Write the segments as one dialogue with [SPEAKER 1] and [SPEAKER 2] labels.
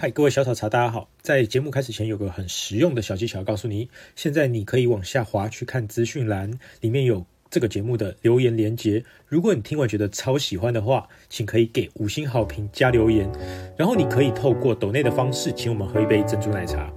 [SPEAKER 1] 嗨，各位小草茶，大家好。在节目开始前，有个很实用的小技巧，告诉你，现在你可以往下滑去看资讯栏，里面有这个节目的留言连接。如果你听完觉得超喜欢的话，请可以给五星好评加留言，然后你可以透过抖内的方式，请我们喝一杯珍珠奶茶。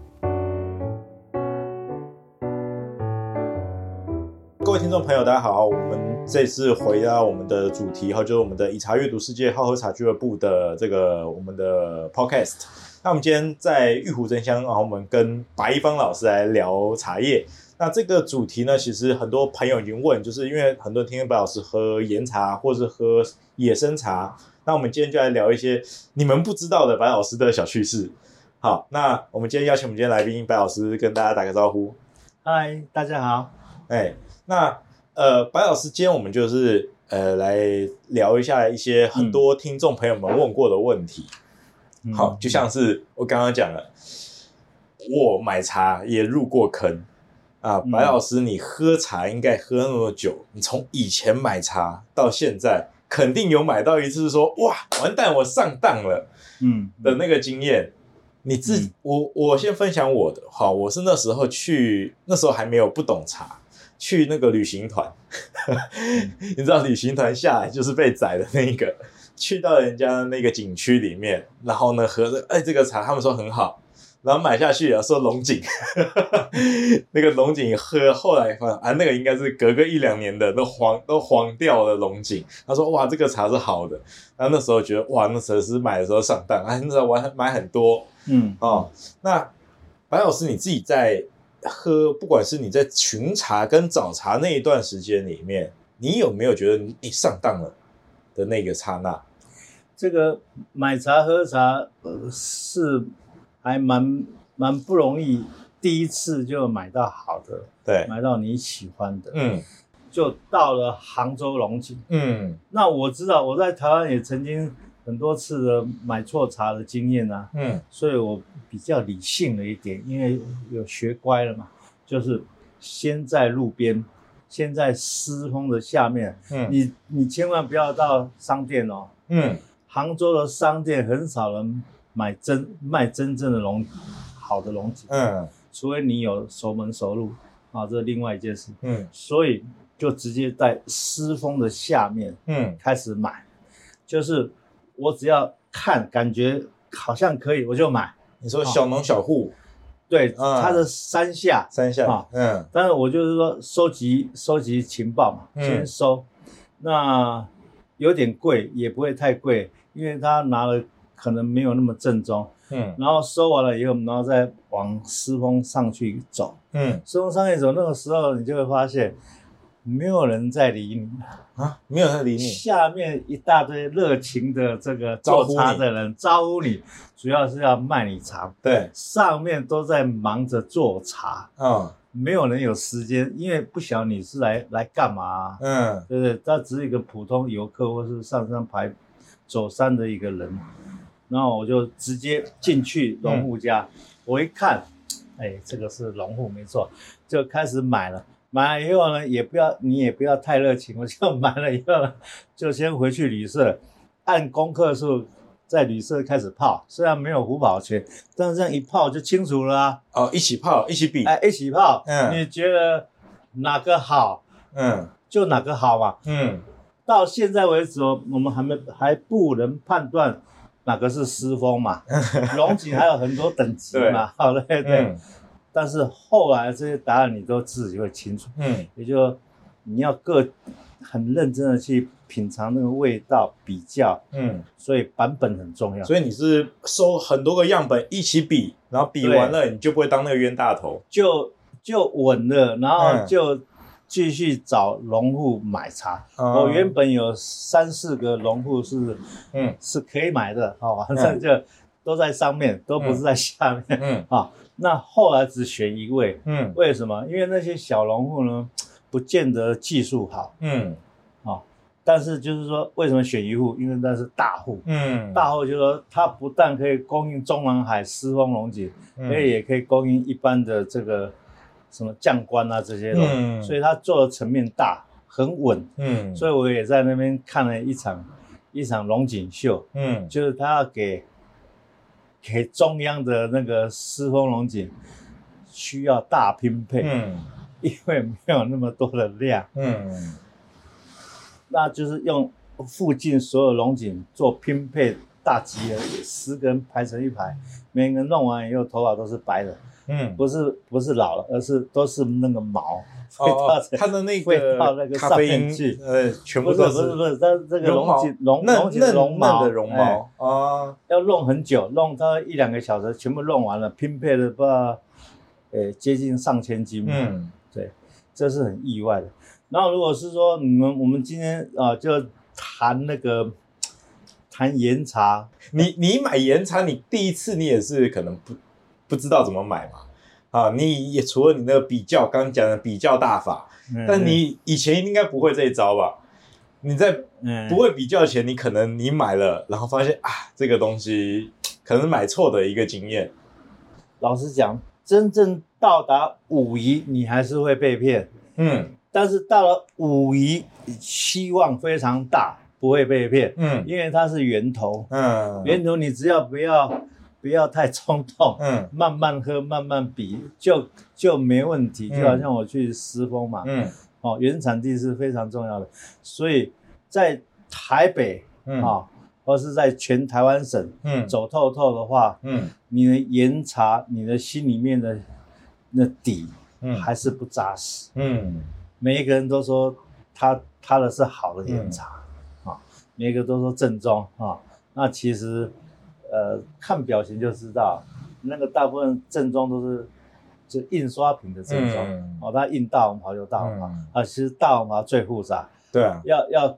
[SPEAKER 2] 各位听众朋友，大家好，我们这次回到我们的主题哈，就是我们的以茶阅读世界好喝茶俱乐部的这个我们的 podcast。那我们今天在玉壶真香，然后我们跟白一方老师来聊茶叶。那这个主题呢，其实很多朋友已经问，就是因为很多人听白老师喝岩茶或是喝野生茶，那我们今天就来聊一些你们不知道的白老师的小趣事。好，那我们今天邀请我们今天来宾白老师跟大家打个招呼。
[SPEAKER 3] 嗨，大家好。
[SPEAKER 2] 哎，那呃，白老师，今天我们就是呃来聊一下一些很多听众朋友们问过的问题。
[SPEAKER 3] 嗯
[SPEAKER 2] 好，，就像是我刚刚讲了，我买茶也入过坑啊。
[SPEAKER 3] 嗯
[SPEAKER 2] 白老师，你喝茶应该喝那么久，你从以前买茶到现在，肯定有买到一次说哇，完蛋，我上当了。
[SPEAKER 3] 嗯，
[SPEAKER 2] 的那个经验，你自己，我我先分享我的哈，我是那时候去，那时候还没有不懂茶，去那个旅行团， 你知道旅行团下来就是被宰的那一个，去到人家的那个景区里面，然后呢喝着，哎，这个茶他们说很好。然后买下去啊，说龙井， 那个龙井喝，后来发现啊，那个应该是隔个一两年的，都黄都黄掉了龙井。他说哇，这个茶是好的，然后那时候觉得哇，那时候是买的时候上当，啊，那时候玩买很多
[SPEAKER 3] 嗯，
[SPEAKER 2] 哦。那白老师你自己在喝，不管是你在群茶跟早茶那一段时间里面，你有没有觉得你你上当了的那个刹那？
[SPEAKER 3] 这个买茶喝茶、呃是还蛮蛮不容易，第一次就买到好的，
[SPEAKER 2] 对，
[SPEAKER 3] 买到你喜欢的，
[SPEAKER 2] 嗯
[SPEAKER 3] 就到了杭州龙井。
[SPEAKER 2] 嗯
[SPEAKER 3] 那我知道我在台湾也曾经很多次的买错茶的经验啊，
[SPEAKER 2] 嗯
[SPEAKER 3] 所以我比较理性了一点，因为有学乖了嘛，就是先在路边，先在湿风的下面，
[SPEAKER 2] 嗯
[SPEAKER 3] 你你千万不要到商店哦。
[SPEAKER 2] 嗯
[SPEAKER 3] 杭州的商店很少人买真卖真正的龙好的龙井，
[SPEAKER 2] 嗯
[SPEAKER 3] 除非你有熟门熟路啊，这是另外一件事。
[SPEAKER 2] 嗯
[SPEAKER 3] 所以就直接在湿风的下面
[SPEAKER 2] 嗯
[SPEAKER 3] 开始买，就是我只要看感觉好像可以，我就买。
[SPEAKER 2] 你说小农小户
[SPEAKER 3] 对，
[SPEAKER 2] 嗯
[SPEAKER 3] 它的山下，
[SPEAKER 2] 山下
[SPEAKER 3] 啊，
[SPEAKER 2] 嗯
[SPEAKER 3] 但是我就是说收集收集情报嘛，
[SPEAKER 2] 嗯
[SPEAKER 3] 先收。那有点贵，也不会太贵，因为他拿了可能没有那么正宗。
[SPEAKER 2] 嗯
[SPEAKER 3] 然后收完了以后，然后再往狮峰上去走。
[SPEAKER 2] 嗯
[SPEAKER 3] 狮峰上去走，那个时候你就会发现，没有人在理你，
[SPEAKER 2] 啊，没有人理你，
[SPEAKER 3] 下面一大堆热情的这个
[SPEAKER 2] 招
[SPEAKER 3] 做
[SPEAKER 2] 呼你
[SPEAKER 3] 茶的人招呼你，主要是要卖你茶。
[SPEAKER 2] 对，
[SPEAKER 3] 上面都在忙着做茶，
[SPEAKER 2] 嗯
[SPEAKER 3] 没有人有时间，因为不晓得你是来来干嘛啊、
[SPEAKER 2] 嗯
[SPEAKER 3] 对不对？他只是一个普通游客或是上山排走山的一个人，然后我就直接进去龙户家，我一看，哎，这个是龙户没错，就开始买了。买了以后呢，也不要你也不要太热情，我就买了以后呢，就先回去旅社，按功课数在旅社开始泡，虽然没有虎跑泉，但是这样一泡就清楚了啊。
[SPEAKER 2] 哦，一起泡，一起比，
[SPEAKER 3] 哎，一起泡，
[SPEAKER 2] 嗯
[SPEAKER 3] 你觉得哪个好
[SPEAKER 2] 嗯
[SPEAKER 3] 就哪个好嘛。
[SPEAKER 2] 嗯
[SPEAKER 3] 到现在为止哦，我们还没还不能判断哪个是狮 峰嘛，龙井还有很多等级嘛，好嘞，对对。
[SPEAKER 2] 嗯
[SPEAKER 3] 但是后来这些答案你都自己会清楚，
[SPEAKER 2] 嗯
[SPEAKER 3] 也就你要各很认真的去品尝那个味道比较，
[SPEAKER 2] 嗯。
[SPEAKER 3] 所以版本很重要。
[SPEAKER 2] 所以你是收很多个样本一起比，然后比完了你就不会当那个冤大头。
[SPEAKER 3] 就就稳了，然后
[SPEAKER 2] 嗯
[SPEAKER 3] 就继续找农户买茶。
[SPEAKER 2] 哦
[SPEAKER 3] 我原本有三四个农户是，
[SPEAKER 2] 嗯
[SPEAKER 3] 是可以买的，好、哦，反正就都在上面，都不是在下面啊、
[SPEAKER 2] 嗯
[SPEAKER 3] 那后来只选一位，
[SPEAKER 2] 嗯
[SPEAKER 3] 为什么？因为那些小农户呢，不见得技术好，
[SPEAKER 2] 嗯
[SPEAKER 3] 但是就是说，为什么选一户？因为那是大户。
[SPEAKER 2] 嗯，
[SPEAKER 3] 大户就是说，它不但可以供应中南海狮峰龙井，
[SPEAKER 2] 嗯
[SPEAKER 3] 所以也可以供应一般的这个什么将官啊这些的，
[SPEAKER 2] 嗯
[SPEAKER 3] 所以它做的层面大，很稳。
[SPEAKER 2] 嗯
[SPEAKER 3] 所以我也在那边看了一场一场龙井秀，
[SPEAKER 2] 嗯
[SPEAKER 3] 就是他要给给中央的那个狮峰龙井需要大拼配，
[SPEAKER 2] 嗯
[SPEAKER 3] 因为没有那么多的量，
[SPEAKER 2] 嗯
[SPEAKER 3] 那就是用附近所有龙井做拼配大集合，十个人排成一排，每个人弄完以后头发都是白的，
[SPEAKER 2] 嗯，
[SPEAKER 3] 不是不是老了，而是都是那个毛， 所以它
[SPEAKER 2] 哦
[SPEAKER 3] 才、，
[SPEAKER 2] 它的那
[SPEAKER 3] 会到那
[SPEAKER 2] 个
[SPEAKER 3] 个
[SPEAKER 2] 咖啡
[SPEAKER 3] 上面
[SPEAKER 2] 因
[SPEAKER 3] 去，
[SPEAKER 2] 呃，全部
[SPEAKER 3] 不
[SPEAKER 2] 都
[SPEAKER 3] 是不是不是，它这个
[SPEAKER 2] 绒
[SPEAKER 3] 龙
[SPEAKER 2] 毛
[SPEAKER 3] 井龙
[SPEAKER 2] 嫩
[SPEAKER 3] 龙井的
[SPEAKER 2] 嫩
[SPEAKER 3] 绒毛
[SPEAKER 2] 嫩的绒
[SPEAKER 3] 哎
[SPEAKER 2] 毛啊，
[SPEAKER 3] 要弄很久，弄到一两个小时，全部弄完了，拼配了不知道，呃，接近上千斤嘛，
[SPEAKER 2] 嗯
[SPEAKER 3] 这是很意外的。然后如果是说你们我们今天啊、呃就谈那个谈岩茶，
[SPEAKER 2] 你你买岩茶，你第一次你也是可能不不知道怎么买嘛。啊，你也除了你那个比较，刚刚讲的比较大法，
[SPEAKER 3] 嗯
[SPEAKER 2] 但你以前应该不会这一招吧？你在
[SPEAKER 3] 嗯
[SPEAKER 2] 不会比较前，你可能你买了，然后发现啊，这个东西可能买错的一个经验。
[SPEAKER 3] 老实讲，真正到达武夷，你还是会被骗。
[SPEAKER 2] 嗯
[SPEAKER 3] 但是到了武夷，希望非常大，不会被骗，
[SPEAKER 2] 嗯
[SPEAKER 3] 因为它是源头。
[SPEAKER 2] 嗯
[SPEAKER 3] 源头你只要不要不要太冲动，
[SPEAKER 2] 嗯
[SPEAKER 3] 慢慢喝，慢慢比，就就没问题。
[SPEAKER 2] 嗯
[SPEAKER 3] 就好像我去狮峰嘛，
[SPEAKER 2] 嗯
[SPEAKER 3] 哦，原产地是非常重要的，所以在台北啊、
[SPEAKER 2] 嗯
[SPEAKER 3] 哦或是在全台湾省
[SPEAKER 2] 嗯
[SPEAKER 3] 走透透的话，
[SPEAKER 2] 嗯
[SPEAKER 3] 你的研茶，你的心里面的那底
[SPEAKER 2] 嗯
[SPEAKER 3] 还是不扎实。
[SPEAKER 2] 嗯
[SPEAKER 3] 每一个人都说他他的是好的岩茶啊、
[SPEAKER 2] 嗯
[SPEAKER 3] 每一个都说正宗啊、那其实呃看表情就知道，那个大部分正宗都是就印刷品的正宗、
[SPEAKER 2] 嗯
[SPEAKER 3] 哦，它印大红袍就大红袍、
[SPEAKER 2] 嗯
[SPEAKER 3] 啊，其实大红袍最复杂，
[SPEAKER 2] 对啊，
[SPEAKER 3] 要要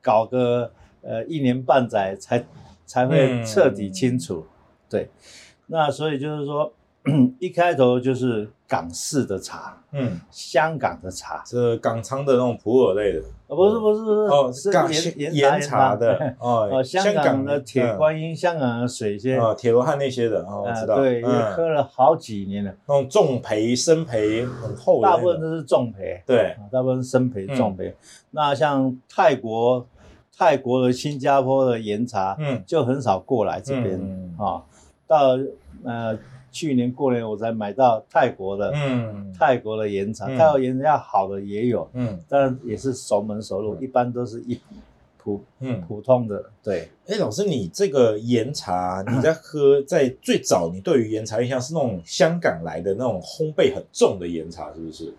[SPEAKER 3] 搞个呃一年半载才才
[SPEAKER 2] 嗯
[SPEAKER 3] 会彻底清楚。对，那所以就是说， 一开头就是港式的茶，
[SPEAKER 2] 嗯，
[SPEAKER 3] 香港的茶，
[SPEAKER 2] 这港仓的那种普洱类的
[SPEAKER 3] 呃不是不是不是，
[SPEAKER 2] 哦，
[SPEAKER 3] 是
[SPEAKER 2] 港
[SPEAKER 3] 岩
[SPEAKER 2] 岩
[SPEAKER 3] 茶
[SPEAKER 2] 茶的哦
[SPEAKER 3] 哦，，香港的铁观音，香港的水仙。
[SPEAKER 2] 啊，铁罗汉那些的，嗯哦，我
[SPEAKER 3] 啊
[SPEAKER 2] 知道，
[SPEAKER 3] 对，也
[SPEAKER 2] 嗯，
[SPEAKER 3] 喝了好几年了，
[SPEAKER 2] 那种重培、生培很厚的那
[SPEAKER 3] 大
[SPEAKER 2] 种，
[SPEAKER 3] 部分都是重培，
[SPEAKER 2] 对，
[SPEAKER 3] 啊，大部分生培
[SPEAKER 2] 嗯
[SPEAKER 3] 重培。那像泰国、泰国的、新加坡的岩茶，
[SPEAKER 2] 嗯
[SPEAKER 3] 就很少过来这边啊、
[SPEAKER 2] 嗯
[SPEAKER 3] 到呃去年过年我才买到泰国的、
[SPEAKER 2] 嗯
[SPEAKER 3] 泰国的岩茶，
[SPEAKER 2] 嗯
[SPEAKER 3] 泰国岩茶要好的也有，
[SPEAKER 2] 嗯
[SPEAKER 3] 但也是熟门熟路，一般都是一普
[SPEAKER 2] 嗯。
[SPEAKER 3] 普通的对。
[SPEAKER 2] 哎，老师，你这个岩茶，你在喝，在最早你对于岩茶印象是那种香港来的那种烘焙很重的岩茶，是不是？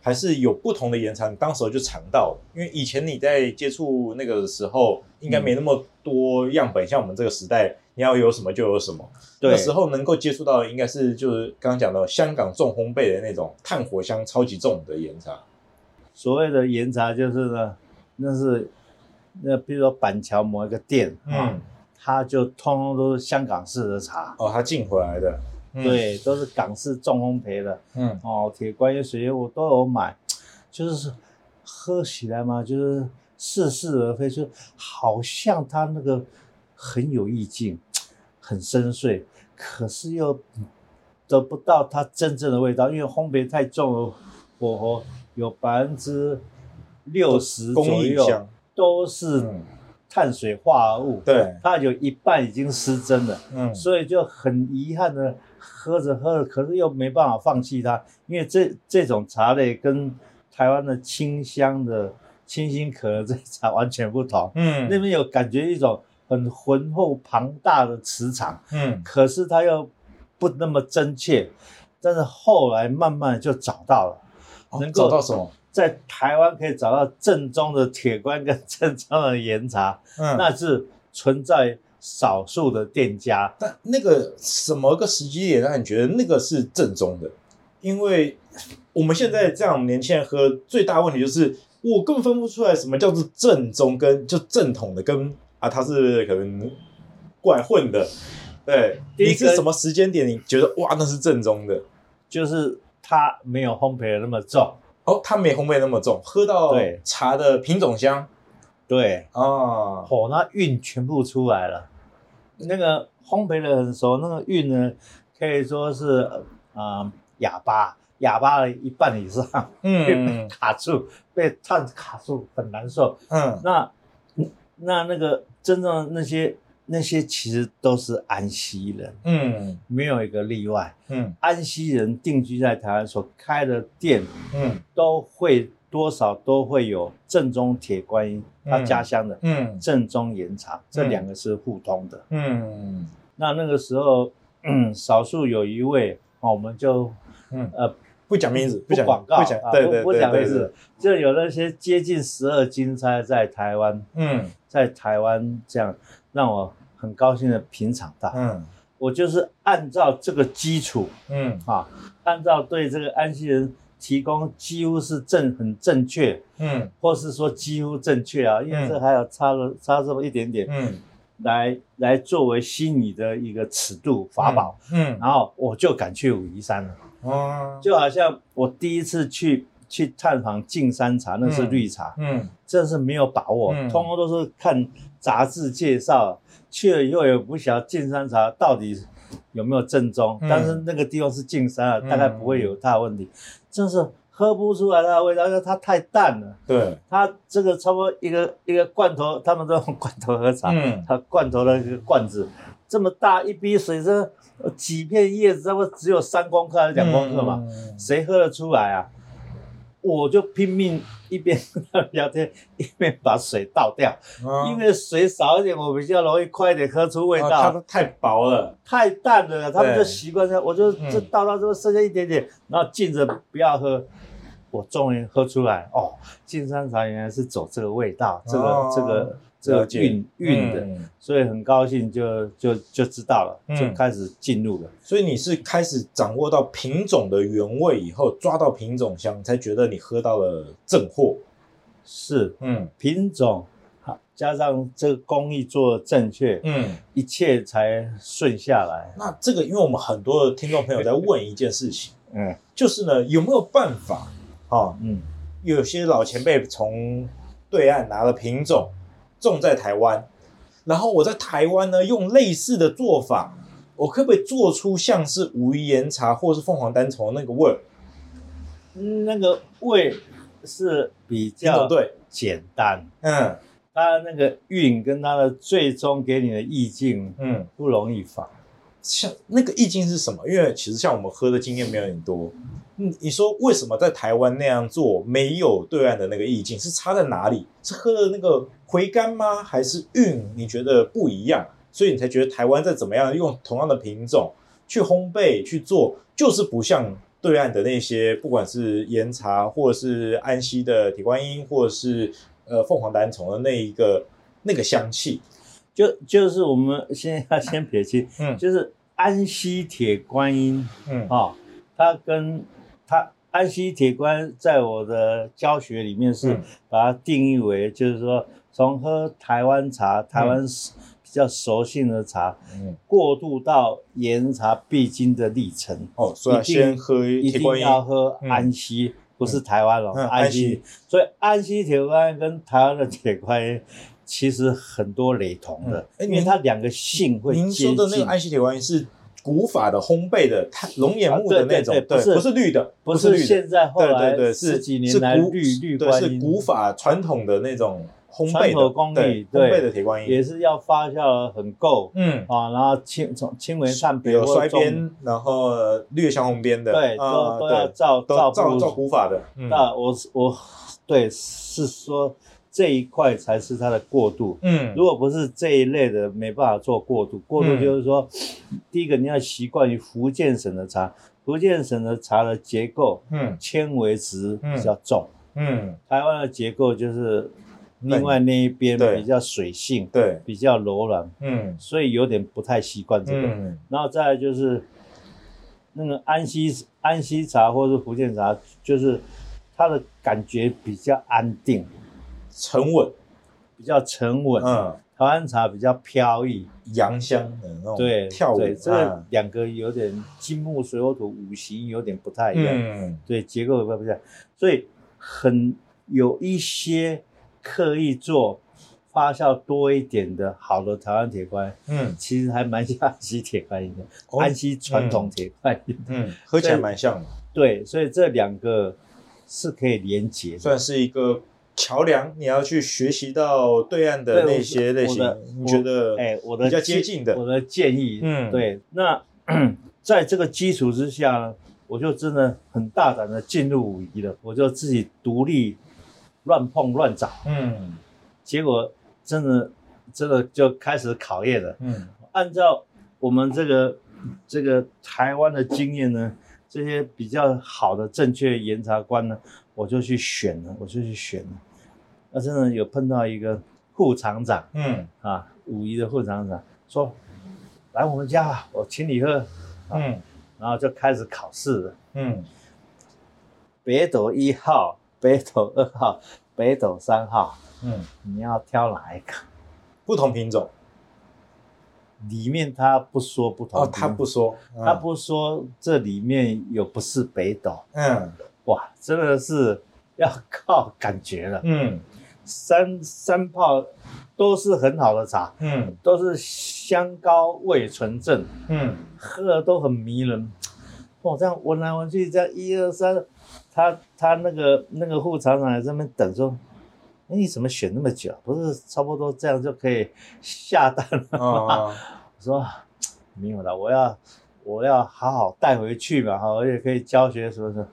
[SPEAKER 2] 还是有不同的岩茶，你当时候就尝到了？因为以前你在接触那个的时候，应该没那么多样本，像我们这个时代，你要有什么就有什么。
[SPEAKER 3] 对
[SPEAKER 2] 那，时候能够接触到的应该是就是刚刚讲到香港重烘焙的那种炭火香超级重的岩茶。
[SPEAKER 3] 所谓的岩茶就是呢，那是那比如说板桥某一个店，啊，
[SPEAKER 2] 嗯，
[SPEAKER 3] 它就通通都是香港式的茶，
[SPEAKER 2] 哦，它进回来的。嗯，
[SPEAKER 3] 对，都是港式重烘焙的
[SPEAKER 2] 嗯
[SPEAKER 3] 哦，铁观音水仙我都有买，就是喝起来嘛，就是似是而非，就好像它那个很有意境，很深邃，可是又得不到它真正的味道，因为烘焙太重了，火候有百分之六十
[SPEAKER 2] 工
[SPEAKER 3] 左
[SPEAKER 2] 艺
[SPEAKER 3] 右
[SPEAKER 2] 香
[SPEAKER 3] 都是
[SPEAKER 2] 嗯
[SPEAKER 3] 碳水化合物，
[SPEAKER 2] 对
[SPEAKER 3] 它有一半已经失真了。
[SPEAKER 2] 嗯
[SPEAKER 3] 所以就很遗憾的喝着喝着，可是又没办法放弃它，因为这这种茶类跟台湾的清香的清新可乐这茶完全不同，
[SPEAKER 2] 嗯
[SPEAKER 3] 那边有感觉一种很浑厚庞大的磁场，
[SPEAKER 2] 嗯
[SPEAKER 3] 可是它又不那么真切，但是后来慢慢就找到了。
[SPEAKER 2] 哦
[SPEAKER 3] 能够
[SPEAKER 2] 找到什么？
[SPEAKER 3] 在台湾可以找到正宗的铁观跟正宗的岩茶，
[SPEAKER 2] 嗯
[SPEAKER 3] 那是存在少数的店家，
[SPEAKER 2] 但那个什么个时机点让你觉得那个是正宗的？因为我们现在这样年轻人喝，最大问题就是我根本分不出来什么叫做正宗跟就正统的跟啊，它是可能怪混的。对，
[SPEAKER 3] 第一
[SPEAKER 2] 你
[SPEAKER 3] 个
[SPEAKER 2] 是什么时间点你觉得哇那是正宗的？
[SPEAKER 3] 就是它没有烘焙的那么重。
[SPEAKER 2] 哦，它没烘焙那么重，喝到
[SPEAKER 3] 对
[SPEAKER 2] 茶的品种香
[SPEAKER 3] 对，
[SPEAKER 2] 啊，
[SPEAKER 3] 哦，那韵全部出来了。那个烘焙的很熟，那个韵呢，可以说是啊、呃哑巴，哑巴的一半以上被
[SPEAKER 2] 嗯
[SPEAKER 3] 卡住，被碳卡住，很难受。
[SPEAKER 2] 嗯
[SPEAKER 3] 那那那个真正的那些那些其实都是安溪人，
[SPEAKER 2] 嗯
[SPEAKER 3] 没有一个例外。
[SPEAKER 2] 嗯
[SPEAKER 3] 安溪人定居在台湾所开的店，
[SPEAKER 2] 嗯
[SPEAKER 3] 都会多少都会有正宗铁观音，他
[SPEAKER 2] 嗯
[SPEAKER 3] 家乡的
[SPEAKER 2] 嗯
[SPEAKER 3] 正宗岩茶，这
[SPEAKER 2] 嗯
[SPEAKER 3] 两个是互通的。
[SPEAKER 2] 嗯
[SPEAKER 3] 那那个时候，嗯，少数有一位哦，我们就
[SPEAKER 2] 嗯，
[SPEAKER 3] 呃
[SPEAKER 2] 不讲名字，
[SPEAKER 3] 不
[SPEAKER 2] 讲
[SPEAKER 3] 广告，
[SPEAKER 2] 不讲
[SPEAKER 3] 啊，
[SPEAKER 2] 对
[SPEAKER 3] 不
[SPEAKER 2] 对
[SPEAKER 3] 不
[SPEAKER 2] 对
[SPEAKER 3] 讲
[SPEAKER 2] 对
[SPEAKER 3] 名字，，就有那些接近十二金钗在台湾，
[SPEAKER 2] 嗯
[SPEAKER 3] 在台湾这样让我很高兴的品尝到。
[SPEAKER 2] 嗯
[SPEAKER 3] 我就是按照这个基础
[SPEAKER 2] 嗯
[SPEAKER 3] 啊，按照对这个安息人提供几乎是正很正确，
[SPEAKER 2] 嗯
[SPEAKER 3] 或是说几乎正确啊，因为
[SPEAKER 2] 嗯
[SPEAKER 3] 这还有差了差这么一点点，
[SPEAKER 2] 嗯，
[SPEAKER 3] 来来作为虚拟的一个尺度法宝，
[SPEAKER 2] 嗯
[SPEAKER 3] 然后我就敢去武夷山了。
[SPEAKER 2] 哦，
[SPEAKER 3] 就好像我第一次去去探访净山茶，那是绿茶，
[SPEAKER 2] 嗯
[SPEAKER 3] 真是没有把握，
[SPEAKER 2] 嗯
[SPEAKER 3] 通通都是看杂志介绍，去了以后也不晓得净山茶到底有没有正宗，
[SPEAKER 2] 嗯
[SPEAKER 3] 但是那个地方是净山啊，
[SPEAKER 2] 嗯
[SPEAKER 3] 大概不会有大问题，真是喝不出来它的味道，因为它太淡了。
[SPEAKER 2] 对，
[SPEAKER 3] 它这个差不多一个一个罐头，他们都用罐头喝茶，
[SPEAKER 2] 嗯
[SPEAKER 3] 它罐头的一个罐子这么大一滴水，这几片叶子，差不多只有三公克还是两公克嘛，，
[SPEAKER 2] 嗯
[SPEAKER 3] 谁喝得出来啊？我就拼命一边跟他们聊天，一边把水倒掉，
[SPEAKER 2] 嗯
[SPEAKER 3] 因为水少一点，我比较容易快一点喝出味道。啊
[SPEAKER 2] 它太薄了，
[SPEAKER 3] 太淡了，他们就
[SPEAKER 2] 对
[SPEAKER 3] 习惯这样，我就
[SPEAKER 2] 嗯
[SPEAKER 3] 这倒到这剩下一点点，然后浸着不要喝。我终于喝出来哦，金山茶原来是走这个味道，这个、
[SPEAKER 2] 哦
[SPEAKER 3] 这个
[SPEAKER 2] 了
[SPEAKER 3] 这
[SPEAKER 2] 解
[SPEAKER 3] 个韵韵的，所以很高兴就就就知道了，
[SPEAKER 2] 嗯
[SPEAKER 3] 就开始进入了。
[SPEAKER 2] 所以你是开始掌握到品种的原味以后，抓到品种香，才觉得你喝到了正货。
[SPEAKER 3] 是
[SPEAKER 2] 嗯
[SPEAKER 3] 品种好，加上这个工艺做的正确，
[SPEAKER 2] 嗯，
[SPEAKER 3] 一切才顺下来。
[SPEAKER 2] 那这个，因为我们很多的听众朋友在问一件事情，
[SPEAKER 3] 嗯
[SPEAKER 2] 就是呢，有没有办法啊？
[SPEAKER 3] 嗯，
[SPEAKER 2] 有些老前辈从对岸拿了品种，种在台湾，然后我在台湾呢用类似的做法，我可不可以做出像是无疑岩茶或是凤凰单丛那个味儿？
[SPEAKER 3] 嗯那个味是比
[SPEAKER 2] 听懂
[SPEAKER 3] 较
[SPEAKER 2] 对？
[SPEAKER 3] 简单。
[SPEAKER 2] 嗯
[SPEAKER 3] 它那个韵跟它的最终给你的意境
[SPEAKER 2] 嗯。
[SPEAKER 3] 不容易仿。
[SPEAKER 2] 像那个意境是什么？因为其实像我们喝的经验没有很多。嗯，你说为什么在台湾那样做没有对岸的那个意境？是差在哪里？是喝的那个回甘吗？还是韵？你觉得不一样，所以你才觉得台湾再怎么样用同样的品种去烘焙去做，就是不像对岸的那些，不管是岩茶或者是安溪的铁观音，或者是呃凤凰单丛的那一个那个香气。
[SPEAKER 3] 就就是我们先要先撇清，
[SPEAKER 2] 嗯
[SPEAKER 3] 就是安溪铁观音
[SPEAKER 2] 嗯
[SPEAKER 3] 啊、哦，它跟它安溪铁观音在我的教学里面是
[SPEAKER 2] 嗯
[SPEAKER 3] 把它定义为，就是说从喝台湾茶，台湾比较熟性的茶，
[SPEAKER 2] 嗯，
[SPEAKER 3] 过渡到岩茶必经的历程。
[SPEAKER 2] 哦，所以要
[SPEAKER 3] 一定
[SPEAKER 2] 先喝
[SPEAKER 3] 一
[SPEAKER 2] 铁
[SPEAKER 3] 定
[SPEAKER 2] 观音。
[SPEAKER 3] 要喝安溪，不是台湾哦，
[SPEAKER 2] 嗯
[SPEAKER 3] 安
[SPEAKER 2] 安
[SPEAKER 3] 溪。所以安溪铁观音跟台湾的铁观音其实很多雷同的，
[SPEAKER 2] 嗯哎
[SPEAKER 3] 因为
[SPEAKER 2] 您
[SPEAKER 3] 它两个性会
[SPEAKER 2] 您说
[SPEAKER 3] 接近。
[SPEAKER 2] 的那个安息铁观音是古法的烘焙的，它龙眼木的那种，
[SPEAKER 3] 啊对对对不是
[SPEAKER 2] 不是绿的，
[SPEAKER 3] 不
[SPEAKER 2] 是
[SPEAKER 3] 是
[SPEAKER 2] 绿的，
[SPEAKER 3] 现在后
[SPEAKER 2] 对
[SPEAKER 3] 来
[SPEAKER 2] 对对，
[SPEAKER 3] 十
[SPEAKER 2] 是
[SPEAKER 3] 几
[SPEAKER 2] 是
[SPEAKER 3] 年来
[SPEAKER 2] 古
[SPEAKER 3] 绿绿
[SPEAKER 2] 对
[SPEAKER 3] 观
[SPEAKER 2] 是
[SPEAKER 3] 音
[SPEAKER 2] 古法传统的那种烘
[SPEAKER 3] 传
[SPEAKER 2] 焙
[SPEAKER 3] 统
[SPEAKER 2] 的
[SPEAKER 3] 工艺
[SPEAKER 2] 对
[SPEAKER 3] 对
[SPEAKER 2] 烘焙的铁观
[SPEAKER 3] 也
[SPEAKER 2] 音，
[SPEAKER 3] 是要发酵得很够
[SPEAKER 2] 嗯，
[SPEAKER 3] 啊，然后轻从轻微炭焙
[SPEAKER 2] 有
[SPEAKER 3] 或
[SPEAKER 2] 摔
[SPEAKER 3] 中
[SPEAKER 2] 边，然后呃略香红边的，
[SPEAKER 3] 对，
[SPEAKER 2] 啊
[SPEAKER 3] 都都要
[SPEAKER 2] 对
[SPEAKER 3] 照
[SPEAKER 2] 都
[SPEAKER 3] 步
[SPEAKER 2] 照照古法的，嗯
[SPEAKER 3] 那我我对是说这一块才是它的过渡。
[SPEAKER 2] 嗯
[SPEAKER 3] 如果不是这一类的，没办法做过渡。过渡就是说，第一个你要习惯于福建省的茶，福建省的茶的结构
[SPEAKER 2] 嗯
[SPEAKER 3] 纤维质比较重，
[SPEAKER 2] 嗯，
[SPEAKER 3] 台湾的结构就是
[SPEAKER 2] 嫩
[SPEAKER 3] 另外那一边
[SPEAKER 2] 对
[SPEAKER 3] 比较水性，
[SPEAKER 2] 对，
[SPEAKER 3] 比较柔软，
[SPEAKER 2] 嗯
[SPEAKER 3] 所以有点不太习惯这个。
[SPEAKER 2] 嗯
[SPEAKER 3] 然后再来就是那个安溪安溪茶或是福建茶，就是它的感觉比较安定，
[SPEAKER 2] 沉稳，
[SPEAKER 3] 比较沉稳。
[SPEAKER 2] 嗯，
[SPEAKER 3] 台湾茶比较飘逸，
[SPEAKER 2] 洋香的那种
[SPEAKER 3] 对，
[SPEAKER 2] 跳舞
[SPEAKER 3] 对，，这
[SPEAKER 2] 啊
[SPEAKER 3] 两个有点金木水火土五行有点不太一样，
[SPEAKER 2] 嗯
[SPEAKER 3] 对，结构不太一样，所以很有一些刻意做发酵多一点的好的台湾铁观音，
[SPEAKER 2] 嗯
[SPEAKER 3] 其实还蛮像安溪铁观音的，
[SPEAKER 2] 哦
[SPEAKER 3] 安溪传统铁观音，
[SPEAKER 2] 嗯，喝起来蛮像的。
[SPEAKER 3] 对，所以这两个是可以连结的，
[SPEAKER 2] 算是一个桥梁，你要去学习到对岸的
[SPEAKER 3] 对
[SPEAKER 2] 那些类型
[SPEAKER 3] 我的，
[SPEAKER 2] 你觉得？
[SPEAKER 3] 哎，我的
[SPEAKER 2] 比较接
[SPEAKER 3] 建
[SPEAKER 2] 近的
[SPEAKER 3] 我的建议，
[SPEAKER 2] 嗯
[SPEAKER 3] 对。那 在这个基础之下呢，我就真的很大胆的进入五一了，我就自己独立乱碰乱找，
[SPEAKER 2] 嗯
[SPEAKER 3] 结果真的真的就开始考验了。
[SPEAKER 2] 嗯
[SPEAKER 3] 按照我们这个这个台湾的经验呢，这些比较好的正确严查官呢，我就去选了，我就去选了。那真的有碰到一个副厂长，
[SPEAKER 2] 嗯
[SPEAKER 3] 啊，五一的副厂长说来我们家吧，我请你喝，
[SPEAKER 2] 嗯
[SPEAKER 3] 然后就开始考试了。
[SPEAKER 2] 嗯
[SPEAKER 3] 北斗一号、北斗二号、北斗三号，
[SPEAKER 2] 嗯，
[SPEAKER 3] 你要挑哪一个？
[SPEAKER 2] 不同品种
[SPEAKER 3] 里面他不说不同，
[SPEAKER 2] 哦，他不，说，嗯
[SPEAKER 3] 他不说这里面有不是北斗，
[SPEAKER 2] 嗯
[SPEAKER 3] 哇，真的是要靠感觉了。
[SPEAKER 2] 嗯
[SPEAKER 3] 三三泡都是很好的茶，
[SPEAKER 2] 嗯
[SPEAKER 3] 都是香膏味纯正。
[SPEAKER 2] 嗯
[SPEAKER 3] 喝的都很迷人。哦，这样闻来闻去，这样一二三，他他那个那个副厂长还在那边等说，哎，你怎么选那么久啊？不是差不多这样就可以下单了吗？
[SPEAKER 2] 哦，
[SPEAKER 3] 我说啊没有了，我要我要好好带回去嘛，哈，而且可以教学什么什么。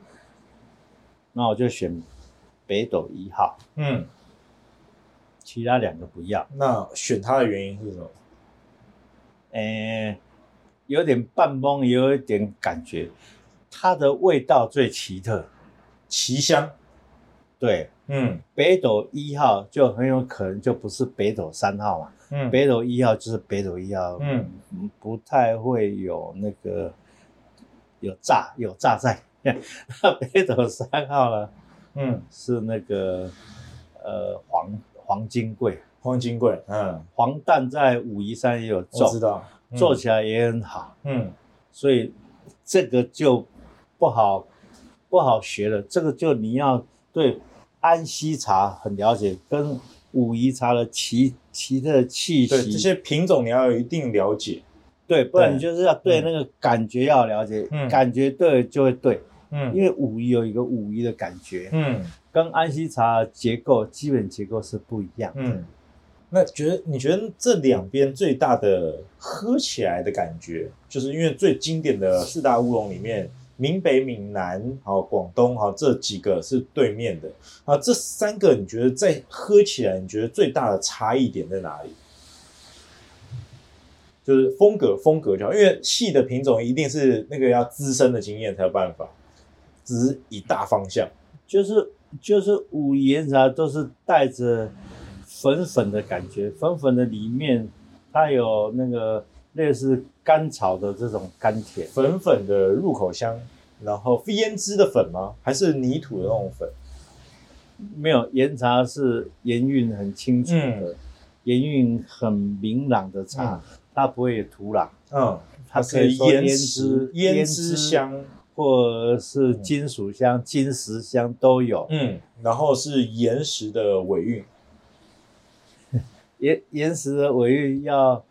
[SPEAKER 3] 那我就选北斗一号，
[SPEAKER 2] 嗯，
[SPEAKER 3] 其他两个不要。
[SPEAKER 2] 那选它的原因是什么？
[SPEAKER 3] 诶，有点半懵，也有一点感觉，它的味道最奇特。
[SPEAKER 2] 奇香，
[SPEAKER 3] 对，
[SPEAKER 2] 嗯
[SPEAKER 3] 北斗一号就很有可能就不是北斗三号嘛，
[SPEAKER 2] 嗯
[SPEAKER 3] 北斗一号就是北斗一号，
[SPEAKER 2] 嗯
[SPEAKER 3] 嗯，不太会有那个有炸有炸在。那 北斗三号呢
[SPEAKER 2] 嗯，
[SPEAKER 3] 是那个呃黄黄金贵，
[SPEAKER 2] 黄金贵，嗯，
[SPEAKER 3] 黄蛋在武夷山也有
[SPEAKER 2] 我
[SPEAKER 3] 种，
[SPEAKER 2] 知道，嗯
[SPEAKER 3] 做起来也很好，
[SPEAKER 2] 嗯
[SPEAKER 3] 所以这个就不好不好学了。这个就你要对安息茶很了解，跟武夷茶的奇奇特的气
[SPEAKER 2] 对这
[SPEAKER 3] 息，
[SPEAKER 2] 些品种你要有一定了解，
[SPEAKER 3] 对，不然你
[SPEAKER 2] 对
[SPEAKER 3] 就是要对
[SPEAKER 2] 嗯
[SPEAKER 3] 那个感觉要了解，
[SPEAKER 2] 嗯
[SPEAKER 3] 感觉对了就会对，因
[SPEAKER 2] 嗯
[SPEAKER 3] 为武夷有一个武夷的感觉，
[SPEAKER 2] 嗯
[SPEAKER 3] 跟安息茶的结构基本结构是不一样。
[SPEAKER 2] 嗯。那觉得你觉得这两边最大的喝起来的感觉，就是因为最经典的四大乌龙里面，闽北、闽南、好广东、好这几个是对面的啊，这三个你觉得在喝起来，你觉得最大的差异点在哪里？就是风格风格就好，因为细的品种一定是那个要资深的经验才有办法，只是一大方向。
[SPEAKER 3] 就是就是五颜茶都是带着粉粉的感觉，粉粉的里面它有那个类似甘草的这种甘甜，
[SPEAKER 2] 粉粉的入口香，然后胭脂的粉吗？还是泥土的那种粉？
[SPEAKER 3] 没有岩茶是盐韵很清楚的，盐、韵很明朗的茶，它不会有土壤，
[SPEAKER 2] 嗯，它
[SPEAKER 3] 它可
[SPEAKER 2] 是
[SPEAKER 3] 以说
[SPEAKER 2] 胭
[SPEAKER 3] 脂
[SPEAKER 2] 脂胭脂香，
[SPEAKER 3] 或者是金属香、金石香都有。
[SPEAKER 2] 嗯，然后是岩石的尾韵，
[SPEAKER 3] 岩岩石的尾韵要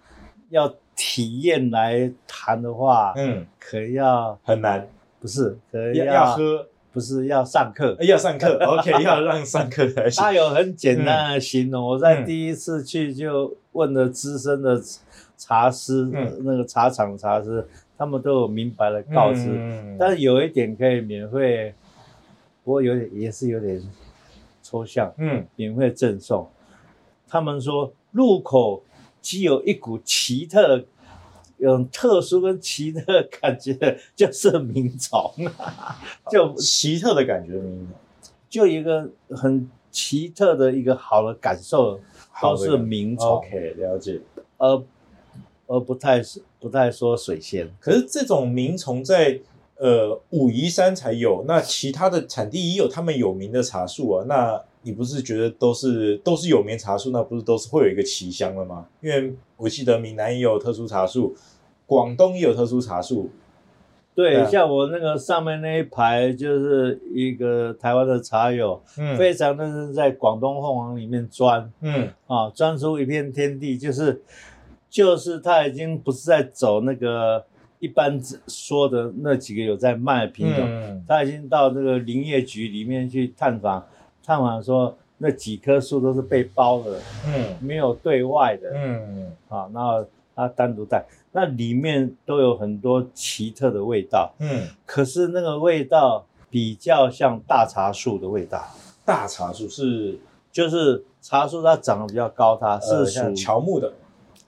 [SPEAKER 3] 要体验来谈的话，
[SPEAKER 2] 嗯，
[SPEAKER 3] 可能要。
[SPEAKER 2] 很难，
[SPEAKER 3] 不是，可能
[SPEAKER 2] 要要喝，哎
[SPEAKER 3] 不是要上课。
[SPEAKER 2] 要上 课，OK，要让上课才行
[SPEAKER 3] 他。有很简单的形容，
[SPEAKER 2] 嗯
[SPEAKER 3] 我在第一次去就问了资深的茶师，
[SPEAKER 2] 嗯
[SPEAKER 3] 那个茶厂的茶师，他们都有明白的告知。
[SPEAKER 2] 嗯
[SPEAKER 3] 但是有一点可以免费，不过有点也是有点抽象，
[SPEAKER 2] 嗯
[SPEAKER 3] 免费赠送。他们说入口既有一股奇特的。有种特殊跟奇特的感觉，就是名虫， 就
[SPEAKER 2] 奇特的感觉，明白
[SPEAKER 3] 就一个很奇特的一个好的感受，哦
[SPEAKER 2] 好
[SPEAKER 3] 都
[SPEAKER 2] 的
[SPEAKER 3] 是名虫，
[SPEAKER 2] ，OK，了解。
[SPEAKER 3] 而而不太不太说水仙。
[SPEAKER 2] 可是这种名虫在呃武夷山才有，那其他的产地也有他们有名的茶树啊。那你不是觉得都是都是有名茶树，那不是都是会有一个奇香的吗？因为我记得闽南也有特殊茶树，广东也有特殊茶树。
[SPEAKER 3] 对，啊
[SPEAKER 2] 对
[SPEAKER 3] 像我那个上面那一排就是一个台湾的茶友，
[SPEAKER 2] 嗯
[SPEAKER 3] 非常认真在广东凤凰里面钻
[SPEAKER 2] 嗯
[SPEAKER 3] 啊，钻出一片天地，就是就是他已经不是在走那个一般说的那几个有在卖的品种，
[SPEAKER 2] 嗯
[SPEAKER 3] 他已经到这个林业局里面去探访，探访说，那几棵树都是被包的，
[SPEAKER 2] 嗯
[SPEAKER 3] 没有对外的。
[SPEAKER 2] 嗯
[SPEAKER 3] 啊，那它单独带，那里面都有很多奇特的味道，
[SPEAKER 2] 嗯，
[SPEAKER 3] 可是那个味道比较像大茶树的味道，
[SPEAKER 2] 大茶树是
[SPEAKER 3] 就是茶树它长得比较高，它
[SPEAKER 2] 呃
[SPEAKER 3] 是属
[SPEAKER 2] 像
[SPEAKER 3] 于、
[SPEAKER 2] 乔木的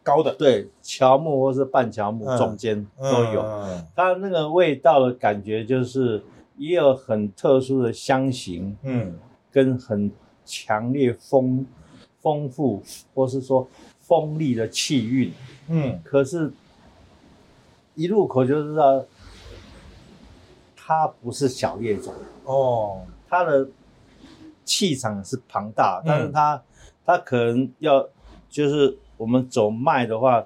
[SPEAKER 2] 高的
[SPEAKER 3] 对乔木或是半乔木
[SPEAKER 2] 嗯
[SPEAKER 3] 中间都有，
[SPEAKER 2] 嗯
[SPEAKER 3] 它那个味道的感觉就是也有很特殊的香型
[SPEAKER 2] 嗯
[SPEAKER 3] 跟很强烈丰丰富或是说锋利的气韵。
[SPEAKER 2] 嗯
[SPEAKER 3] 可是，一入口就知道，它不是小业种，
[SPEAKER 2] 哦
[SPEAKER 3] 它的气场是庞大
[SPEAKER 2] 嗯，
[SPEAKER 3] 但是它它可能要就是我们走脉的话，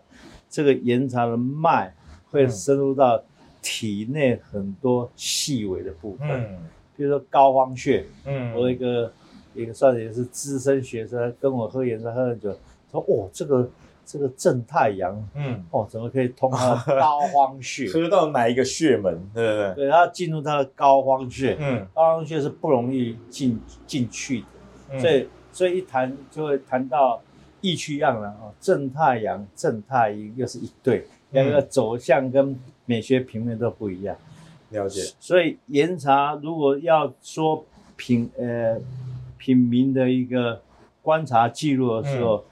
[SPEAKER 3] 这个岩茶的脉会
[SPEAKER 2] 嗯
[SPEAKER 3] 深入到体内很多细微的部分，
[SPEAKER 2] 嗯
[SPEAKER 3] 比如说膏肓穴，
[SPEAKER 2] 嗯
[SPEAKER 3] 我有一个一个算也是资深学生，跟我喝岩茶喝很久，说哦这个这个正太阳。
[SPEAKER 2] 嗯
[SPEAKER 3] 哦，怎么可以通到膏 肓穴？
[SPEAKER 2] 喝到哪一个穴门，对不对？
[SPEAKER 3] 对，它进入它的膏肓穴，
[SPEAKER 2] 嗯，
[SPEAKER 3] 膏肓穴是不容易进进去的，
[SPEAKER 2] 嗯
[SPEAKER 3] 所以所以一谈就会谈到意趣样了哦，正太阳、正太阴又是一对，两个走向跟美学平面都不一样，
[SPEAKER 2] 了解，
[SPEAKER 3] 所以岩茶如果要说品呃品茗的一个观察记录的时
[SPEAKER 2] 嗯
[SPEAKER 3] 候，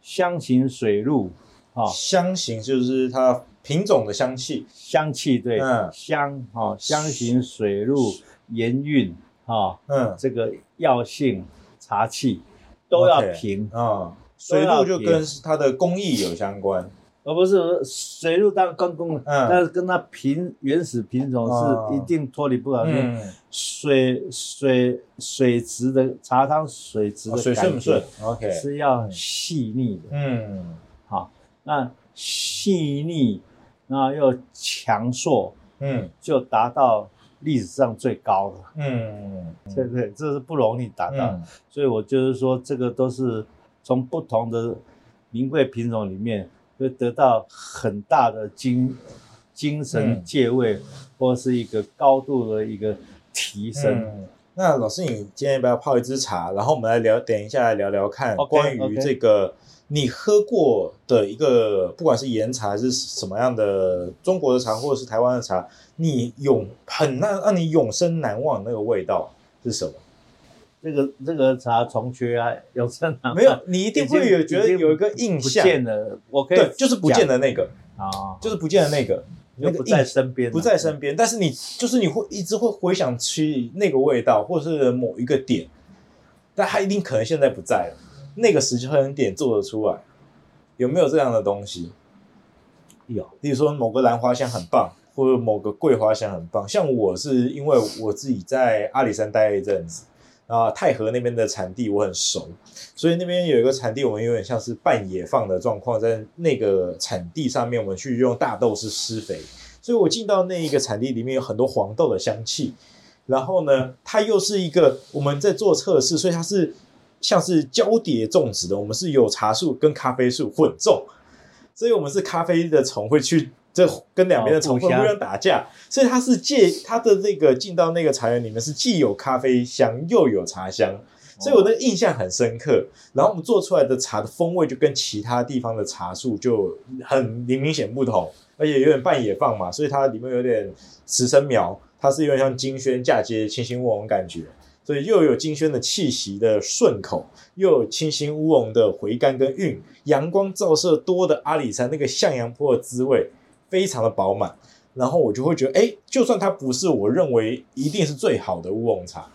[SPEAKER 3] 香情水路啊。哦
[SPEAKER 2] 香型就是它品种的香气，
[SPEAKER 3] 香气对，
[SPEAKER 2] 嗯
[SPEAKER 3] 香哈、哦，香型水路盐韵哈、哦，
[SPEAKER 2] 嗯
[SPEAKER 3] 这个药性茶气都要
[SPEAKER 2] OK
[SPEAKER 3] 平
[SPEAKER 2] 啊，水路就跟它的工艺有相关，
[SPEAKER 3] 而不是水路当然跟公，但是跟它品原始品种
[SPEAKER 2] 嗯哦
[SPEAKER 3] 是一定脱离不了。因为
[SPEAKER 2] 嗯，
[SPEAKER 3] 水水水质的茶汤水质
[SPEAKER 2] 哦
[SPEAKER 3] 的
[SPEAKER 2] 水
[SPEAKER 3] 感
[SPEAKER 2] 顺不顺
[SPEAKER 3] 觉
[SPEAKER 2] ？OK，
[SPEAKER 3] 是要细腻的，
[SPEAKER 2] 嗯
[SPEAKER 3] 好，那细腻，那又强硕，
[SPEAKER 2] 嗯
[SPEAKER 3] 就达到历史上最高了。
[SPEAKER 2] 嗯，
[SPEAKER 3] 对对，这是不容易达到，
[SPEAKER 2] 嗯
[SPEAKER 3] 所以我就是说，这个都是从不同的名贵品种里面，会得到很大的精精神
[SPEAKER 2] 嗯
[SPEAKER 3] 借位，或是一个高度的一个提升。
[SPEAKER 2] 嗯那老师，你今天要不要泡一支茶？然后我们来聊，等一下来聊聊看
[SPEAKER 3] OK，
[SPEAKER 2] 关于
[SPEAKER 3] OK
[SPEAKER 2] 这个你喝过的一个，不管是岩茶还是什么样的中国的茶，或者是台湾的茶，你永很让让你永生难忘的那个味道是什么？
[SPEAKER 3] 这个这个茶从缺啊，有正常
[SPEAKER 2] 没有，你一
[SPEAKER 3] 一
[SPEAKER 2] 定会有觉得有一个印
[SPEAKER 3] 不
[SPEAKER 2] 象，
[SPEAKER 3] 见了，我可以
[SPEAKER 2] 对，就是不见的
[SPEAKER 3] 了
[SPEAKER 2] 那个，
[SPEAKER 3] 啊，
[SPEAKER 2] 就是不见的那个，那
[SPEAKER 3] 就
[SPEAKER 2] 个
[SPEAKER 3] 不
[SPEAKER 2] 印
[SPEAKER 3] 在身边了，啊
[SPEAKER 2] 不在身边，但是你就是你会一直会回想起那个味道，或是某一个点，但它一定可能现在不在了，那个时间点做得出来，有没有这样的东西？
[SPEAKER 3] 有。
[SPEAKER 2] 例如说某个兰花香很棒，或者某个桂花香很棒。像我是因为我自己在阿里山待了一阵子，啊，太和那边的产地我很熟，所以那边有一个产地，我们有点像是半野放的状况，在那个产地上面，我们去用大豆是施肥，所以我进到那一个产地里面有很多黄豆的香气，然后呢，它又是一个我们在做测试，所以它是像是交叠种植的，我们是有茶树跟咖啡树混种，所以我们是咖啡的虫会去这跟两边的虫会
[SPEAKER 3] 哦互
[SPEAKER 2] 互
[SPEAKER 3] 相
[SPEAKER 2] 相打架，所以它是借它的那个进到那个茶园里面是既有咖啡香又有茶香，
[SPEAKER 3] 哦
[SPEAKER 2] 所以我的印象很深刻。然后我们做出来的茶的风味就跟其他地方的茶树就很明显不同，而且有点半野放嘛，所以它里面有点雌生苗，它是有点像金萱嫁接清新乌龙感觉，所以又有金萱的气息的顺口，又有清新乌龙的回甘跟韵，阳光照射多的阿里山那个向阳坡的滋味非常的饱满。然后我就会觉得，哎，就算它不是我认为一定是最好的乌龙茶，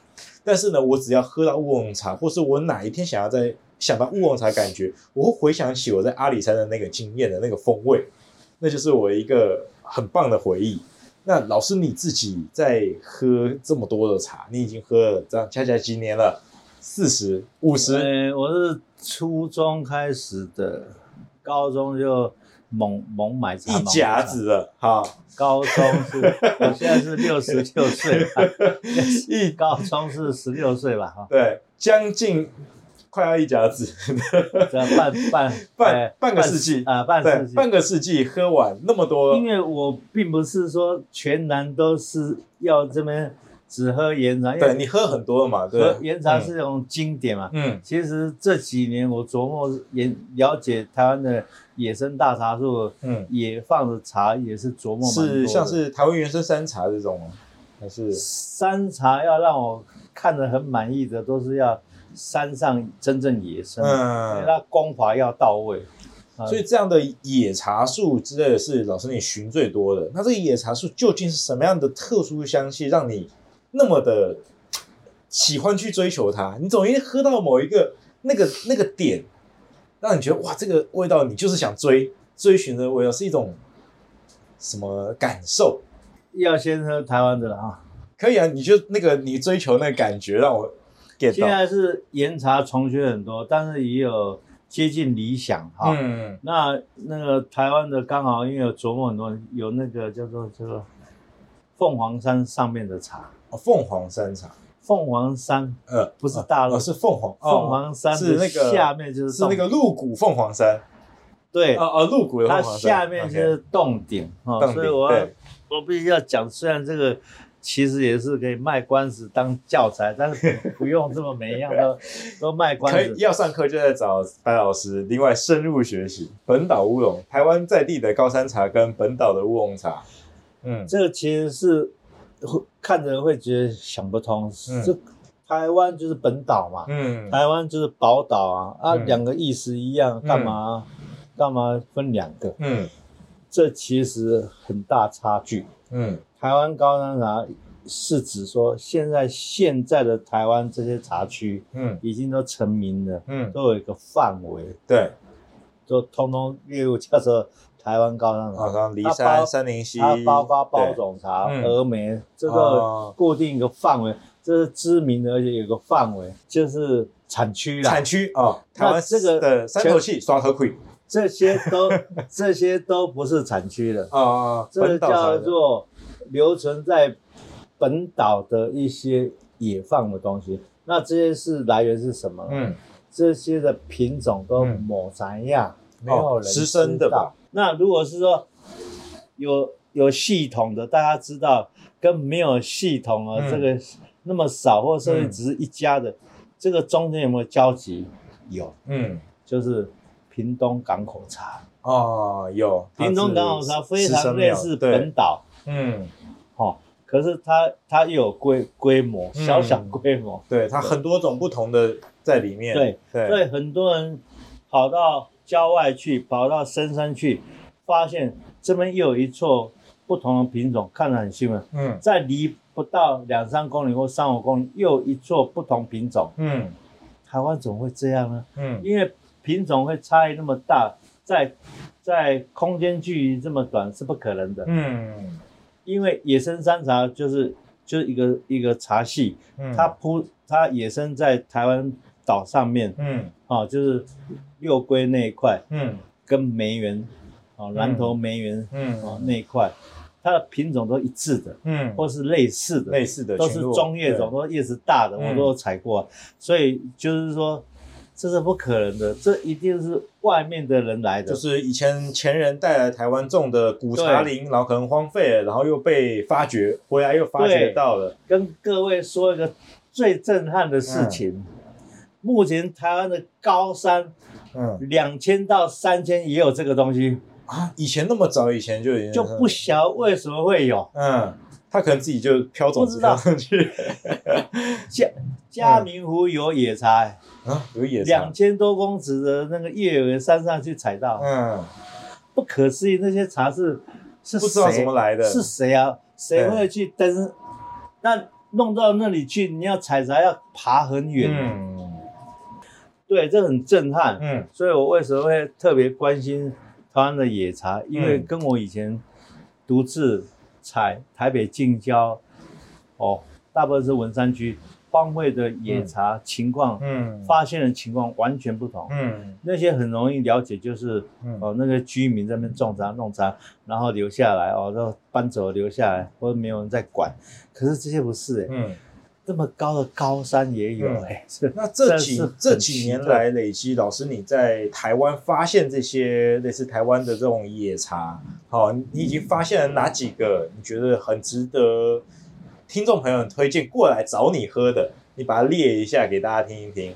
[SPEAKER 2] 但是呢，我只要喝到乌龙茶，或是我哪一天想要再想到乌龙茶，感觉我会回想起我在阿里山的那个经验的那个风味，那就是我一个很棒的回忆。那老师你自己在喝这么多的茶，你已经喝了这样加起来几年了？四十五十，
[SPEAKER 3] 呃，我是初中开始的，高中就猛猛买茶，
[SPEAKER 2] 一
[SPEAKER 3] 猛买
[SPEAKER 2] 甲
[SPEAKER 3] 茶。
[SPEAKER 2] 子了，好，
[SPEAKER 3] 高中是，我现在是六十六岁吧，
[SPEAKER 2] 一
[SPEAKER 3] 高中是十六岁吧，哈，
[SPEAKER 2] 对，将近快要一甲子，
[SPEAKER 3] 这样半半
[SPEAKER 2] 半
[SPEAKER 3] 呃
[SPEAKER 2] 半个世纪
[SPEAKER 3] 啊，半
[SPEAKER 2] 对
[SPEAKER 3] 世，纪。
[SPEAKER 2] 半个世纪喝完那么多
[SPEAKER 3] 因，为我并不是说全然都是要这边只喝岩茶，因
[SPEAKER 2] 对
[SPEAKER 3] 为
[SPEAKER 2] 你喝很多了嘛，对嗯不
[SPEAKER 3] 喝
[SPEAKER 2] 对，
[SPEAKER 3] 岩茶是一种经典嘛。
[SPEAKER 2] 嗯
[SPEAKER 3] 其实这几年我琢磨研了解台湾的野生大茶树，
[SPEAKER 2] 嗯，
[SPEAKER 3] 野放的茶也是琢磨蛮多
[SPEAKER 2] 是
[SPEAKER 3] 的
[SPEAKER 2] 像是台湾原生山茶这种吗？啊还是
[SPEAKER 3] 山茶要让我看得很满意的，都是要山上真正野生，因为
[SPEAKER 2] 嗯，
[SPEAKER 3] 它光滑要到位。啊
[SPEAKER 2] 所以这样的野茶树之类的是老师你寻最多的。那这个野茶树究竟是什么样的特殊香气，让你那么的喜欢去追求它？你总一定喝到某一个那个那个点，让你觉得哇，这个味道你就是想追追寻的味道，是一种什么感受？
[SPEAKER 3] 要先喝台湾的了啊！
[SPEAKER 2] 可以啊，你就那个你追求那个感觉，让我 get
[SPEAKER 3] 现
[SPEAKER 2] 到。
[SPEAKER 3] 在是岩茶重缺很多，但是也有接近理想哈。
[SPEAKER 2] 嗯，
[SPEAKER 3] 那那个台湾的刚好因为有琢磨很多，有那个叫做这个凤凰山上面的茶，
[SPEAKER 2] 哦凤凰山茶，
[SPEAKER 3] 凤凰山
[SPEAKER 2] 呃，
[SPEAKER 3] 不是大陆
[SPEAKER 2] 哦，是凤凰，哦
[SPEAKER 3] 凤凰山
[SPEAKER 2] 是那个
[SPEAKER 3] 下面就是
[SPEAKER 2] 是那个鹿谷凤凰山，
[SPEAKER 3] 对，
[SPEAKER 2] 哦哦，鹿谷的
[SPEAKER 3] 它
[SPEAKER 2] 凤凰山，
[SPEAKER 3] 下面就是洞顶哈
[SPEAKER 2] OK，，
[SPEAKER 3] 所以我要
[SPEAKER 2] 对
[SPEAKER 3] 我必须要讲，虽然这个其实也是可以卖官司当教材，但是不用这么每一样 都都卖官
[SPEAKER 2] 可以
[SPEAKER 3] 司。
[SPEAKER 2] 要上课就在找白老师，另外深入学习本岛乌龙，台湾在地的高山茶跟本岛的乌龙茶。嗯
[SPEAKER 3] 这个其实是会看着会觉得想不通，
[SPEAKER 2] 嗯
[SPEAKER 3] 这台湾就是本岛嘛，
[SPEAKER 2] 嗯
[SPEAKER 3] 台湾就是宝岛啊，啊，
[SPEAKER 2] 嗯
[SPEAKER 3] 两个意思一样，干嘛干嘛分两个？
[SPEAKER 2] 嗯
[SPEAKER 3] 这其实很大差距。
[SPEAKER 2] 嗯
[SPEAKER 3] 台湾高山茶是指说，现在现在的台湾这些茶区
[SPEAKER 2] 嗯
[SPEAKER 3] 已经都成名了，
[SPEAKER 2] 嗯，
[SPEAKER 3] 都有一个范围，
[SPEAKER 2] 对，
[SPEAKER 3] 都通通列入叫做台湾高山
[SPEAKER 2] 好
[SPEAKER 3] 茶。
[SPEAKER 2] 像离
[SPEAKER 3] 它包
[SPEAKER 2] 山、山林溪，
[SPEAKER 3] 它包括包
[SPEAKER 2] 哦对
[SPEAKER 3] 种茶、
[SPEAKER 2] 嗯
[SPEAKER 3] 峨眉，这
[SPEAKER 2] 哦
[SPEAKER 3] 个固定一个范围，这是知名的，而且有个范围，就是产区啦。
[SPEAKER 2] 产区哦，台湾
[SPEAKER 3] 那这个
[SPEAKER 2] 的山头气刷头盔
[SPEAKER 3] 这些都 这些都不是产区的，
[SPEAKER 2] 啊，
[SPEAKER 3] 这个
[SPEAKER 2] 本岛茶
[SPEAKER 3] 叫
[SPEAKER 2] 的
[SPEAKER 3] 做留存在本岛的一些野放的东西。那这些是来源是什么？
[SPEAKER 2] 嗯
[SPEAKER 3] 这些的品种都
[SPEAKER 2] 嗯
[SPEAKER 3] 某啥样，没有人知
[SPEAKER 2] 实
[SPEAKER 3] 道
[SPEAKER 2] 嗯哦生的吧？
[SPEAKER 3] 那如果是说有有系统的，大家知道，跟没有系统啊，
[SPEAKER 2] 嗯
[SPEAKER 3] 这个那么少，或甚至
[SPEAKER 2] 嗯
[SPEAKER 3] 只是一家的，这个中间有没有交集？有，
[SPEAKER 2] 嗯
[SPEAKER 3] 就是屏东港口茶。
[SPEAKER 2] 哦有
[SPEAKER 3] 屏东港口茶非常类似本
[SPEAKER 2] 对
[SPEAKER 3] 岛，
[SPEAKER 2] 嗯
[SPEAKER 3] 哦，可是它它又有规规模，
[SPEAKER 2] 嗯
[SPEAKER 3] 小小规模，
[SPEAKER 2] 对它很多种不同的在里面
[SPEAKER 3] 对
[SPEAKER 2] 对
[SPEAKER 3] 所以很多人跑到郊外去，跑到深山去，发现这边又有一处不同的品种，看得很兴奋。
[SPEAKER 2] 嗯
[SPEAKER 3] 在离不到两三公里或三五公里，又有一座不同品种，
[SPEAKER 2] 嗯
[SPEAKER 3] 台湾怎么会这样呢？
[SPEAKER 2] 嗯
[SPEAKER 3] 因为品种会差异那么大，在在空间距离这么短是不可能的。
[SPEAKER 2] 嗯
[SPEAKER 3] 因为野生山茶就是就是一个一个茶系，
[SPEAKER 2] 嗯
[SPEAKER 3] 它铺它野生在台湾岛上面
[SPEAKER 2] 嗯
[SPEAKER 3] 啊、哦就是六龟那一块
[SPEAKER 2] 嗯
[SPEAKER 3] 跟梅园啊、哦南投梅园啊、哦
[SPEAKER 2] 嗯
[SPEAKER 3] 那一块，它的品种都一致的，
[SPEAKER 2] 嗯
[SPEAKER 3] 或是类似的，
[SPEAKER 2] 类似的
[SPEAKER 3] 都是
[SPEAKER 2] 群落
[SPEAKER 3] 中叶种，
[SPEAKER 2] 对
[SPEAKER 3] 都叶子大的，
[SPEAKER 2] 嗯
[SPEAKER 3] 我都有采过、啊所以就是说这是不可能的，这一定是外面的人来的，
[SPEAKER 2] 就是以前前人带来台湾种的古茶林，然后可能荒废了，然后又被发掘，回来又发掘
[SPEAKER 3] 对
[SPEAKER 2] 到了。
[SPEAKER 3] 跟各位说一个最震撼的事情。目前台湾的高山
[SPEAKER 2] 嗯
[SPEAKER 3] 两千到三千也有这个东西，
[SPEAKER 2] 啊，以前那么早以前就已经
[SPEAKER 3] 就不晓得为什么会有。
[SPEAKER 2] 嗯，他可能自己就飘种子
[SPEAKER 3] 不知道
[SPEAKER 2] 飘上 去
[SPEAKER 3] 嘉
[SPEAKER 2] 嗯
[SPEAKER 3] 嘉明湖有野茶，
[SPEAKER 2] 啊，有野茶
[SPEAKER 3] 两。千多公尺的那个越野山上去采到，
[SPEAKER 2] 嗯，
[SPEAKER 3] 不可思议。那些茶是是
[SPEAKER 2] 不知道
[SPEAKER 3] 谁
[SPEAKER 2] 怎么来的。
[SPEAKER 3] 是谁啊？谁会去登？那弄到那里去，你要采茶要爬很远，
[SPEAKER 2] 嗯
[SPEAKER 3] 对，这很震撼。
[SPEAKER 2] 嗯
[SPEAKER 3] 所以我为什么会特别关心台湾的野茶？因为
[SPEAKER 2] 嗯
[SPEAKER 3] 跟我以前独自采台北近郊，哦，大部分是文山区荒废的野茶情况，
[SPEAKER 2] 嗯
[SPEAKER 3] 发现的情况完全不同。
[SPEAKER 2] 嗯
[SPEAKER 3] 那些很容易了解，就是
[SPEAKER 2] 嗯
[SPEAKER 3] 哦，那个居民在那边种茶弄茶，然后留下来哦，然后搬走留下来，或者没有人在管。可是这些不是、欸，
[SPEAKER 2] 嗯。
[SPEAKER 3] 这么高的高山也有
[SPEAKER 2] 嗯
[SPEAKER 3] 哎、欸是
[SPEAKER 2] 那这几
[SPEAKER 3] 这是
[SPEAKER 2] 这
[SPEAKER 3] 很
[SPEAKER 2] 几
[SPEAKER 3] 奇
[SPEAKER 2] 年
[SPEAKER 3] 特
[SPEAKER 2] 来累积，老师你在台湾发现这些类似台湾的这种野茶，好，你已经发现了哪几个？你觉得很值得听众朋友推荐过来找你喝的，你把它列一下给大家听一听。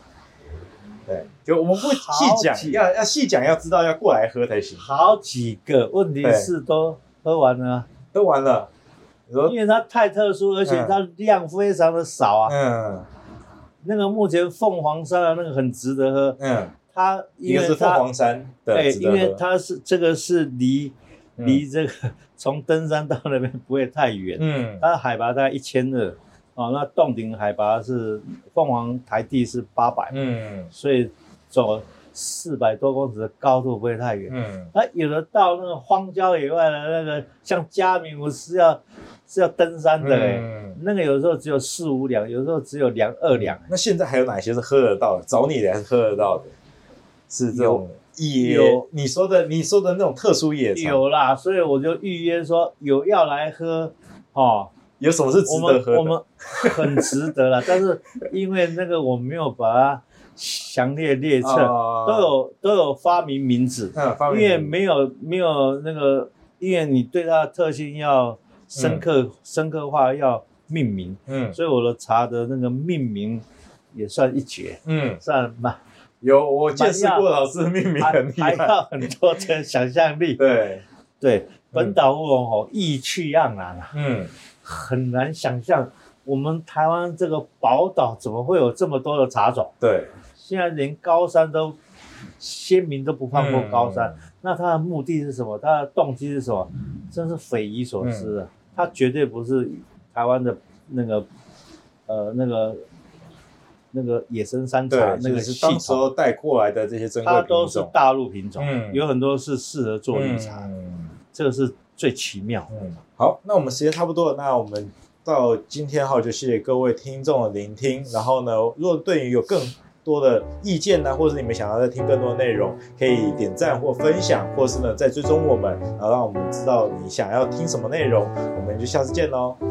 [SPEAKER 2] 对，就我们不细讲
[SPEAKER 3] 好，几
[SPEAKER 2] 要要细讲，要知道要过来喝才行。
[SPEAKER 3] 好几个问题是都喝完了，啊
[SPEAKER 2] 喝完了，你说
[SPEAKER 3] 因为它太特殊，而且它量非常的少啊。
[SPEAKER 2] 嗯
[SPEAKER 3] 那个目前凤凰山啊的那个很值得喝，
[SPEAKER 2] 嗯，
[SPEAKER 3] 它
[SPEAKER 2] 一
[SPEAKER 3] 因
[SPEAKER 2] 个是
[SPEAKER 3] 为
[SPEAKER 2] 凤
[SPEAKER 3] 它
[SPEAKER 2] 凰山
[SPEAKER 3] 哎，
[SPEAKER 2] 的，值得
[SPEAKER 3] 因为
[SPEAKER 2] 喝
[SPEAKER 3] 它是这个是离
[SPEAKER 2] 嗯
[SPEAKER 3] 离这个从登山到那边不会太远，
[SPEAKER 2] 嗯
[SPEAKER 3] 它海拔大概一千二，哦，那洞顶海拔是凤凰台地是八百，
[SPEAKER 2] 嗯
[SPEAKER 3] 所以走四百多公尺的高度不会太远。
[SPEAKER 2] 嗯
[SPEAKER 3] 那有的到那个荒郊野外的那个，像嘉明，我是要是要登山的、欸，
[SPEAKER 2] 嗯
[SPEAKER 3] 那个有时候只有四五两，有时候只有两二两。
[SPEAKER 2] 那现在还有哪些是喝得到的？找你的还是喝得到的？是这种野
[SPEAKER 3] 有，
[SPEAKER 2] 你说的你说的那种特殊野餐，
[SPEAKER 3] 有啦，所以我就预约说有要来喝，哦，
[SPEAKER 2] 有什么是值
[SPEAKER 3] 我
[SPEAKER 2] 得
[SPEAKER 3] 们我
[SPEAKER 2] 喝的？啊
[SPEAKER 3] 们很值得啦， 但是因为那个我没有把它详列列册，
[SPEAKER 2] 啊
[SPEAKER 3] 都有都有发明名字，
[SPEAKER 2] 嗯，方
[SPEAKER 3] 因为
[SPEAKER 2] 便面
[SPEAKER 3] 没有没有那个，因为你对它的特性要深刻、深刻化，要命名，
[SPEAKER 2] 嗯
[SPEAKER 3] 所以我的茶的那个命名也算一绝，
[SPEAKER 2] 嗯，
[SPEAKER 3] 算 蛮
[SPEAKER 2] 有我见识过老师的命名
[SPEAKER 3] 还
[SPEAKER 2] 很厉
[SPEAKER 3] 还
[SPEAKER 2] 害，
[SPEAKER 3] 要很多的想象力。
[SPEAKER 2] 对，
[SPEAKER 3] 对，本岛乌龙哦，意趣盎然啊，
[SPEAKER 2] 嗯
[SPEAKER 3] 很难想象我们台湾这个宝岛怎么会有这么多的茶种。
[SPEAKER 2] 对，
[SPEAKER 3] 现在连高山都先民都不放过高山，
[SPEAKER 2] 嗯，
[SPEAKER 3] 那他的目的是什么？他的动机是什么？真是匪夷所思
[SPEAKER 2] 嗯
[SPEAKER 3] 的。他绝对不是台湾的那个呃那个那个野生山茶
[SPEAKER 2] 嗯对，
[SPEAKER 3] 那
[SPEAKER 2] 就
[SPEAKER 3] 个
[SPEAKER 2] 是
[SPEAKER 3] 系
[SPEAKER 2] 当时候
[SPEAKER 3] 统，
[SPEAKER 2] 带过来的这些珍贵
[SPEAKER 3] 它
[SPEAKER 2] 品种，
[SPEAKER 3] 都是大陆品种，
[SPEAKER 2] 嗯
[SPEAKER 3] 有很多是适合做绿茶，
[SPEAKER 2] 嗯
[SPEAKER 3] 这个是最奇妙。
[SPEAKER 2] 嗯，好，那我们时间差不多了，那我们到今天哈，就谢谢各位听众的聆听。然后呢，如果对于有更多的意见呢，或者是你们想要再听更多的内容，可以点赞或分享，或是呢再追踪我们，然后让我们知道你想要听什么内容。我们就下次见喽，拜